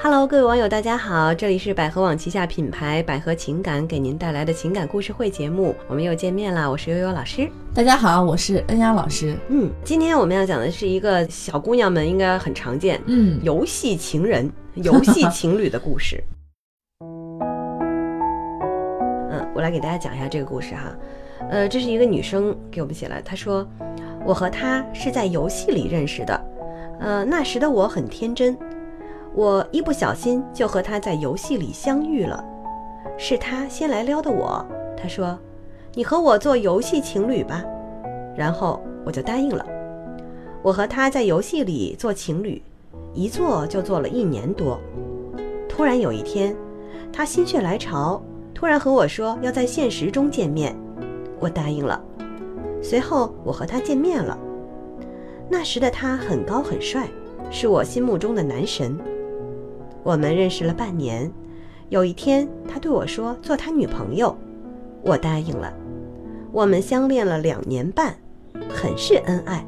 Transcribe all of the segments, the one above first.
Hello，各位网友，大家好，这里是百合网旗下品牌百合情感给您带来的情感故事会节目，我们又见面了，我是悠悠老师。大家好，我是恩雅老师。嗯，今天我们要讲的是一个小姑娘们应该很常见，嗯，游戏情人、游戏情侣的故事。嗯，我来给大家讲一下这个故事哈。呃，这是一个女生给我们写来，她说：“我和他是在游戏里认识的，呃，那时的我很天真，我一不小心就和他在游戏里相遇了，是他先来撩的我。他说：‘你和我做游戏情侣吧。’然后我就答应了。我和他在游戏里做情侣，一做就做了一年多。突然有一天，他心血来潮，突然和我说要在现实中见面，我答应了。随后我和他见面了。那时的他很高很帅，是我心目中的男神。我们认识了半年，有一天他对我说做他女朋友，我答应了。我们相恋了两年半，很是恩爱。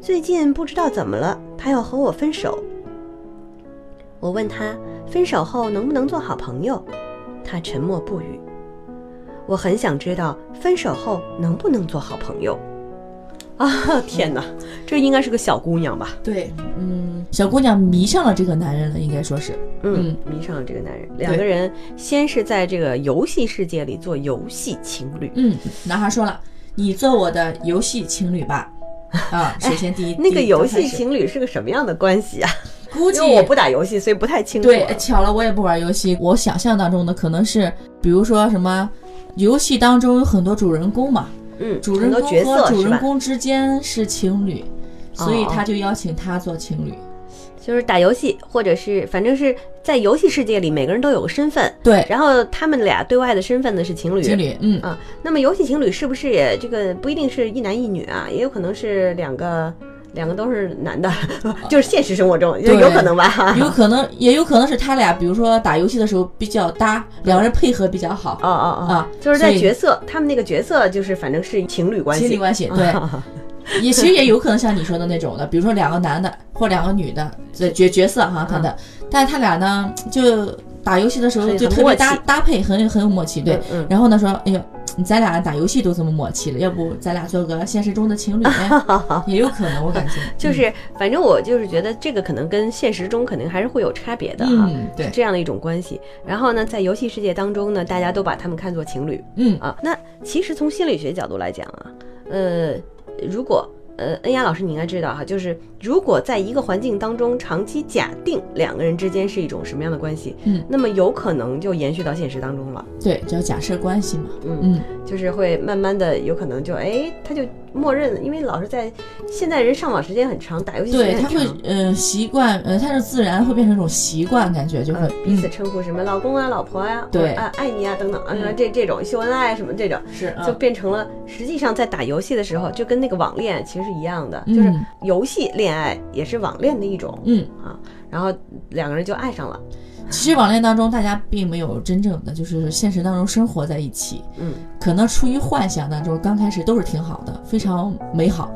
最近不知道怎么了，他要和我分手。我问他分手后能不能做好朋友，他沉默不语。我很想知道分手后能不能做好朋友。啊，天哪，这应该是个小姑娘吧？对，嗯，小姑娘迷上了这个男人了，应该说是，嗯嗯，迷上了这个男人。两个人先是在这个游戏世界里做游戏情侣。嗯，男孩说了，你做我的游戏情侣 吧。啊，首先第一，哎那个第一游刚开戏始情侣是个什么样的关系啊？估计因为我不打游戏，所以不太清楚。对，哎巧了，我也不玩游戏。我想象当中的可能是，比如说什么，游戏当中有很多主人公嘛，嗯，主人很公多角和色主是人吧？公之间是情侣，所以哦他就邀请他做情侣。就是打游戏，或者是反正是在游戏世界里，每个人都有个身份，对，然后他们俩对外的身份呢是情侣。情侣，嗯，啊，那么游戏情侣是不是也这个不一定是一男一女啊？也有可能是两个两个都是男的， 就是现实生活中就对有可能吧？有可能，也有可能是他俩，比如说打游戏的时候比较搭，两个人配合比较好哦哦哦，啊，就是在所以角色，他们那个角色就是反正是情侣关亲系密。关系， 对，也其实也有可能像你说的那种的，比如说两个男的或两个女的的角角色哈，他的，但是他俩呢就打游戏的时候很嗯就很特默别契搭搭配，很很有默契，对嗯。嗯然后呢说，哎呦，咱俩打游戏都这么默契了，要不咱俩做个现实中的情 侣呗？也有可能，我感觉嗯就是，反正我就是觉得这个可能跟现实中肯定还是会有差别的哈、嗯，对，这样的一种关系。然后呢，在游戏世界当中呢，大家都把他们看作情侣嗯，啊。那其实从心理学角度来讲啊，呃，如果呃，恩雅老师你应该知道哈，就是如果在一个环境当中长期假定两个人之间是一种什么样的关系，嗯那么有可能就延续到现实当中了，对，叫假设关系嘛，嗯嗯，就是会慢慢的有可能就哎，他就默认，因为老是在现在人上网时间很长，打游戏时对，间他很会长。呃习惯，呃，他是自然会变成一种习惯，感觉就会嗯，彼此嗯称呼什么老公啊、老婆呀、啊，对啊，爱你啊等等，啊嗯，这这种秀恩爱什么这种，是啊就变成了实际上在打游戏的时候，就跟那个网恋其实是一样的，嗯就是游戏恋爱也是网恋的一种嗯，啊，然后两个人就爱上了，其实网恋当中大家并没有真正的就是现实当中生活在一起，嗯，可能出于幻想当中，刚开始都是挺好的，非常美好。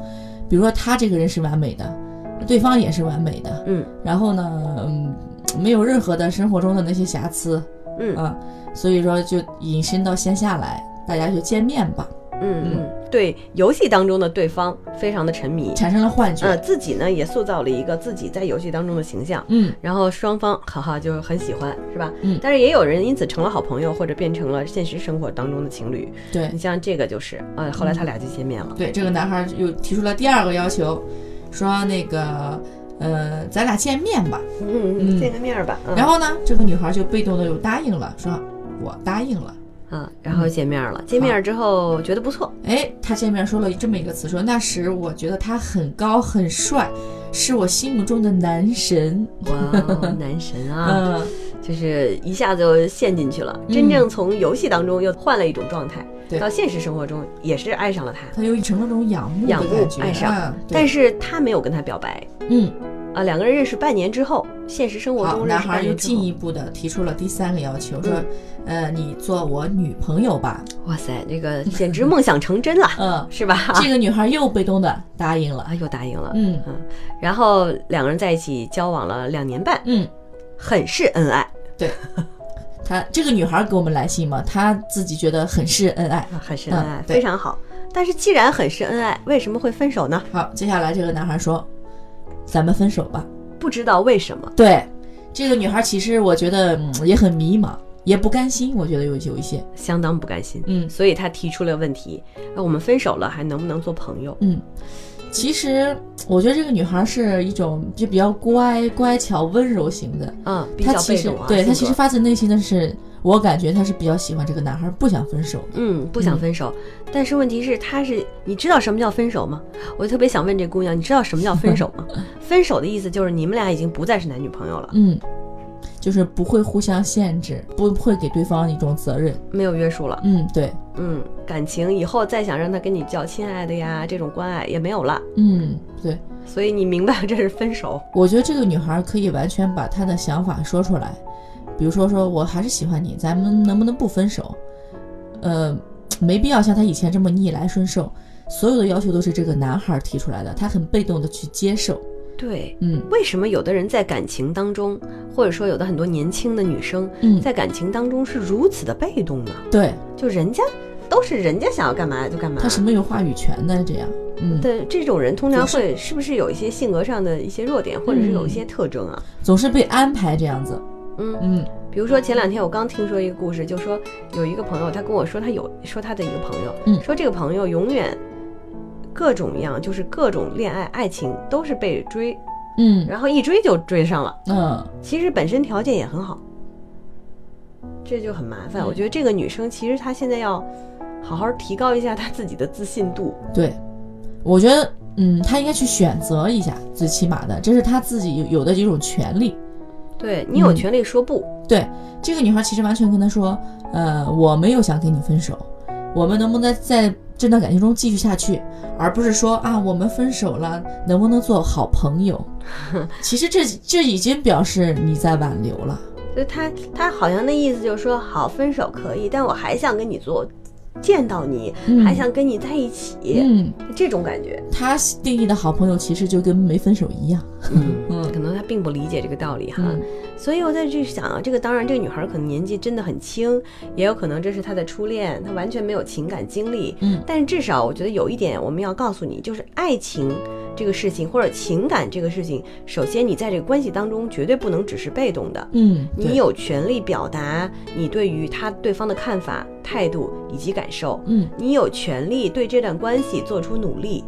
比如说他这个人是完美的，对方也是完美的，嗯然后呢，嗯，没有任何的生活中的那些瑕疵，嗯啊，所以说就引申到线下来，大家就见面吧，嗯嗯，对游戏当中的对方非常的沉迷，产生了幻觉，呃，自己呢也塑造了一个自己在游戏当中的形象。嗯，然后双方哈哈就很喜欢，是吧？嗯但是也有人因此成了好朋友，或者变成了现实生活当中的情侣。对你，像这个就是，呃，后来他俩就见面了。对，这个男孩又提出了第二个要求，说那个，呃，咱俩见面吧。嗯，嗯见个面儿吧。嗯、然后呢，这个女孩就被动的又答应了，说我答应了。啊，然后见面儿嗯了。见面儿之后觉得不错，哎，他见面说了这么一个词，说那时我觉得他很高很帅，是我心目中的男神。哇，男神啊，嗯，就是一下子就陷进去了。真正从游戏当中又换了一种状态，对到现实生活中也是爱上了他，他又成了种仰慕仰的慕感觉，爱上嗯、对但是他没有跟他表白。嗯，啊，两个人认识半年之后，现实生活好，中认男识孩半又年之进后，一步的提出了第三个要求，说嗯，呃，你做我女朋友吧。哇塞，这个简直梦想成 真了，嗯，是吧？这个女孩又被动的答应了。啊，又答应了。嗯然后两个人在一起交往了两年半，嗯，很是恩爱，她这个女孩给我们来信嘛，她自己觉得很是恩爱。啊很是恩爱，嗯对非常好。但是既然很是恩爱，为什么会分手呢？好，接下来这个男孩说：“咱们分手吧。不知道为什么”。对，这个女孩其实我觉得、嗯也很迷茫，也不甘心，我觉得有有一些，相当不甘心，嗯所以他提出了问题：呃我们分手了，还能不能做朋友？嗯。其实我觉得这个女孩是一种就比较乖乖巧温柔型的，嗯，比她较其被实、动啊。对她性其实格发自内心的是，我感觉她是比较喜欢这个男孩，不想分手的。嗯不想嗯分手，但是问题是他是你知道什么叫分手吗？我特别想问这姑娘，你知道什么叫分手 吗？分手的意思就是你们俩已经不再是男女朋友了，嗯，就是不会互相限制，不会给对方一种责任。没有约束了。嗯，对，嗯，感情以后再想让他跟你叫亲爱的呀，这种关爱也没有了。嗯，对，所以你明白这是分手。我觉得这个女孩可以完全把她的想法说出来，比如说说我还是喜欢你，咱们能不能不分手？呃，没必要像她以前这么逆来顺受，所有的要求都是这个男孩提出来的，她很被动的去接受。对，嗯为什么有的人在感情当中，或者说有的很多年轻的女生嗯，在感情当中是如此的被动呢？对，就人家都是人家想要干嘛就干嘛她。是没有话语权的，这样，嗯，对，这种人通常总是嗯会是不是有一些性格上的一些弱点，或者是有一些特征啊？总是被安排这样子。嗯嗯比如说前两天我刚听说一个故事，就说有一个朋友，他跟我说他有说他的一个朋友，嗯说这个朋友永远各种样，就是各种恋爱爱情都是被追，嗯然后一追就追上了，嗯，其实本身条件也很好，这就很麻烦。嗯我觉得这个女生其实她现在要好好提高一下她自己的自信度，对，我觉得，嗯，他应该去选择一下，最起码的，这是他自己有有的一种权利。对你有嗯权利说不，对，这个女孩其实完全跟他说，呃，我没有想跟你分手，我们能不能在这段感情中继续下去，而不是说啊，我们分手了，能不能做好朋 友？其实这这已经表示你在挽留了。所以她她好像那意思就是说，好分手可以，但我还想跟你做，见到你，嗯还想跟你在一起，嗯，这种感觉。他定义的好朋友其实就跟没分手一样。嗯嗯，可能她并不理解这个道理哈，嗯所以我在去想啊，这个当然，这个女孩可能年纪真的很轻，也有可能这是她的初恋，她完全没有情感经历。嗯但是至少我觉得有一点我们要告诉你，就是爱情这个事情或者情感这个事情，首先你在这个关系当中绝对不能只是被动的，嗯，对你有权利表达你对于他对方的看法、态度以及感受。嗯你有权利对这段关系做出努力，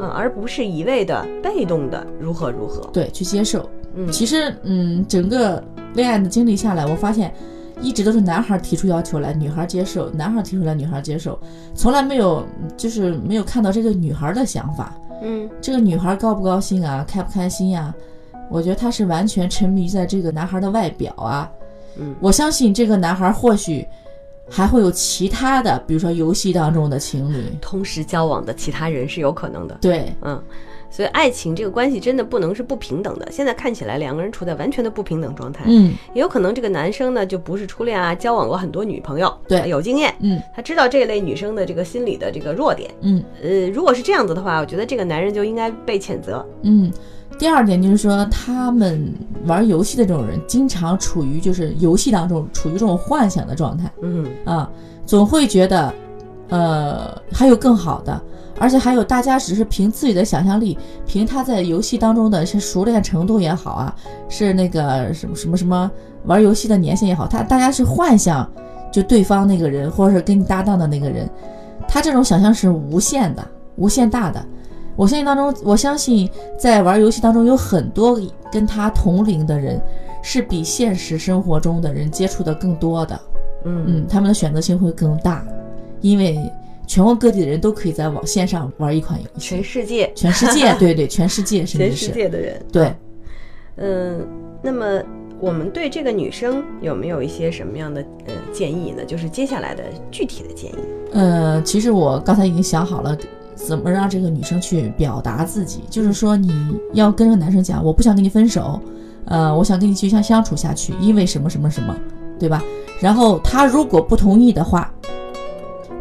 嗯，而不是一味的被动的如何如何。对去接受。嗯，其实，嗯，整个恋爱的经历下来，我发现一直都是男孩提出要求来，女孩接受；男孩提出来，女孩接受，从来没有就是没有看到这个女孩的想法。嗯，这个女孩高不高兴啊，开不开心呀、我觉得她是完全沉迷在这个男孩的外表啊。嗯我相信这个男孩或许还会有其他的，比如说游戏当中的情侣。同时交往的其他人是有可能的。对，嗯，所以爱情这个关系真的不能是不平等的。现在看起来两个人处在完全的不平等状态，嗯也有可能这个男生呢就不是初恋啊，交往过很多女朋友，对有经验，嗯他知道这类女生的这个心理的这个弱点。嗯呃，如果是这样子的话，我觉得这个男人就应该被谴责。嗯，第二点就是说，他们玩游戏的这种人，经常处于就是游戏当中处于这种幻想的状态嗯，啊，总会觉得，呃，还有更好的，而且还有大家只是凭自己的想象力，凭他在游戏当中的是熟练程度也好啊，是那个什么什么什么玩游戏的年限也好，他大家是幻想就对方那个人，或者是跟你搭档的那个人，他这种想象是无限的、无限大的。我相信当中，我相信在玩游戏当中有很多跟他同龄的人，是比现实生活中的人接触的更多的。嗯嗯，他们的选择性会更大，因为全国各地的人都可以在网线上玩一款游戏。全世界，全世 界，对对，全世界甚全至世是界的人。对，嗯，那么我们对这个女生有没有一些什么样的呃建议呢？就是接下来的具体的建议。呃，其实我刚才已经想好了。怎么让这个女生去表达自己？就是说，你要跟这个男生讲，我不想跟你分手，呃，我想跟你继续相相处下去，因为什么什么什么，对吧？然后他如果不同意的话，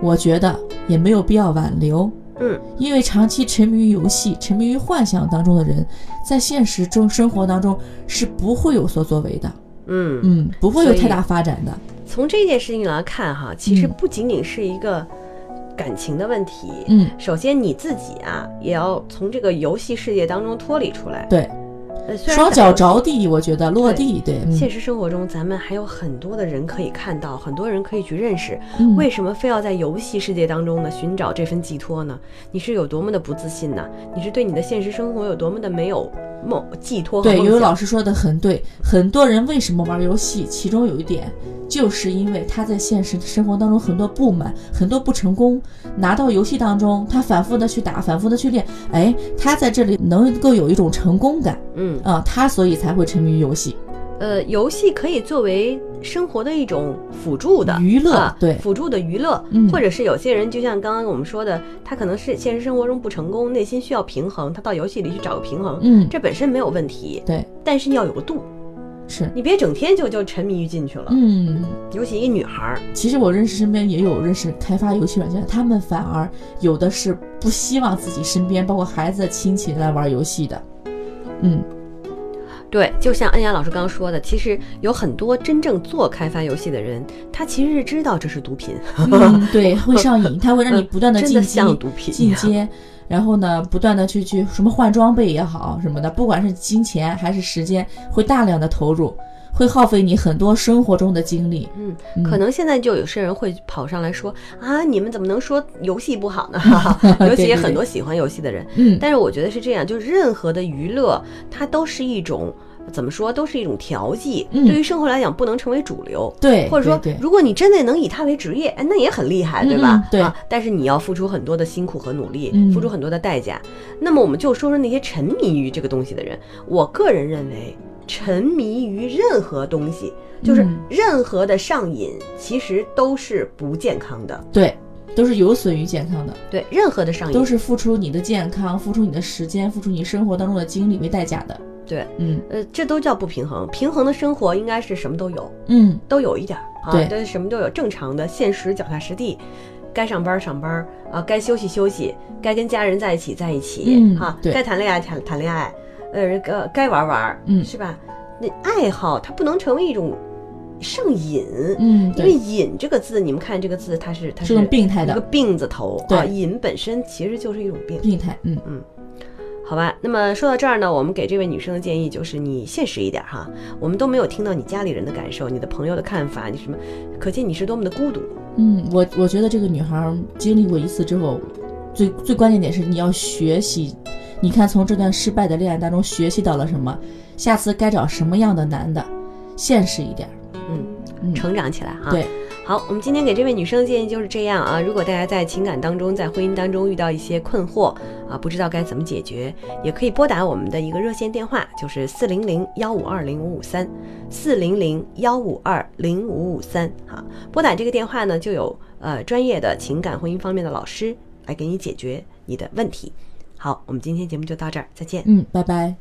我觉得也没有必要挽留，嗯，因为长期沉迷于游戏、沉迷于幻想当中的人，在现实中生活当中是不会有所作为的。嗯，嗯，不会有所以太大发展的。从这件事情来看哈，其实嗯不仅仅是一个感情的问题。嗯，首先你自己啊，也要从这个游戏世界当中脱离出来。对，呃虽然双咱脚们着地，我觉得落地，对，嗯现实生活中，咱们还有很多的人可以看到，很多人可以去认识。嗯为什么非要在游戏世界当中呢寻找这份寄托呢？你是有多么的不自信呢、你是对你的现实生活有多么的没有梦寄托和对，梦悠想？悠老师说的很对，很多人为什么玩游戏，其中有一点就是因为他在现实生活当中很多不满，很多不成功，拿到游戏当中，他反复的去打，反复的去练，哎，他在这里能够有一种成功感嗯，啊、他所以才会沉迷于游戏。呃，游戏可以作为生活的一种辅助的娱乐啊对辅助的娱乐，嗯或者是有些人就像刚刚我们说的，他可能是现实生活中不成功，内心需要平衡，他到游戏里去找个平衡，嗯，这本身没有问题，对，但是你要有个度，是，你别整天就就沉迷于进去了，嗯，尤其一女孩儿，其实我认识身边也有认识开发游戏软件的，他们反而有的是不希望自己身边包括孩子的亲戚来玩游戏的，嗯，对，就像恩雅老师刚刚说的，其实有很多真正做开发游戏的人，他其实是知道这是毒品， 嗯，对，会上瘾，它会让你不断的真进的阶像毒品一进样。阶，然后呢，不断的去去什么换装备也好什么的，不管是金钱还是时间，会大量的投入，会耗费你很多生活中的精力。嗯，嗯可能现在就有些人会跑上来说啊，你们怎么能说游戏不好呢？ 哈哈尤其也很多喜欢游戏的人。嗯，但是我觉得是这样，就是任何的娱乐，它都是一种怎么说，都是一种调剂。嗯对于生活来讲，不能成为主流。对，或者说对，对如果你真的能以它为职业，哎，那也很厉害，嗯对吧嗯？对啊，但是你要付出很多的辛苦和努力，嗯付出很多的代价。那么我们就说说那些沉迷于这个东西的人。我个人认为，沉迷于任何东西，就是嗯任何的上瘾，其实都是不健康的。对，都是有损于健康的，对，任何的上都瘾，是付出你的健康、付出你的时间、付出你生活当中的精力为代价的。对，嗯呃，这都叫不平衡。平衡的生活应该是什么都有，嗯，都有一点儿啊，对但是什么都有，正常的、现实、脚踏实地，该上班儿上班儿啊，该休息休息，该跟家人在一起在一起，嗯啊，对该谈恋爱谈谈恋爱，呃，呃该玩儿玩儿，嗯是吧？那爱好它不能成为一种上瘾，嗯，因为对，瘾这个字，你们看这个字，它是它是是种病态一个的病字头啊，对瘾本身其实就是一种病。病态，嗯好吧，那么说到这儿呢，我们给这位女生的建议就是你现实一点哈。我们都没有听到你家里人的感受、你的朋友的看法，你什么，可见你是多么的孤独。嗯，我我觉得这个女孩儿经历过一次之后，最最关键点是你要学习，你看从这段失败的恋爱当中学习到了什么，下次该找什么样的男的，现实一点儿。嗯，嗯，成长起来哈。对，好，我们今天给这位女生的建议就是这样啊。如果大家在情感当中、在婚姻当中遇到一些困惑啊，不知道该怎么解决，也可以拨打我们的一个热线电话，就是四零零幺五二零五五三，四零零幺五二零五五三。哈，拨打这个电话呢，就有呃专业的情感婚姻方面的老师来给你解决你的问题。好，我们今天节目就到这儿，再见。嗯，拜拜。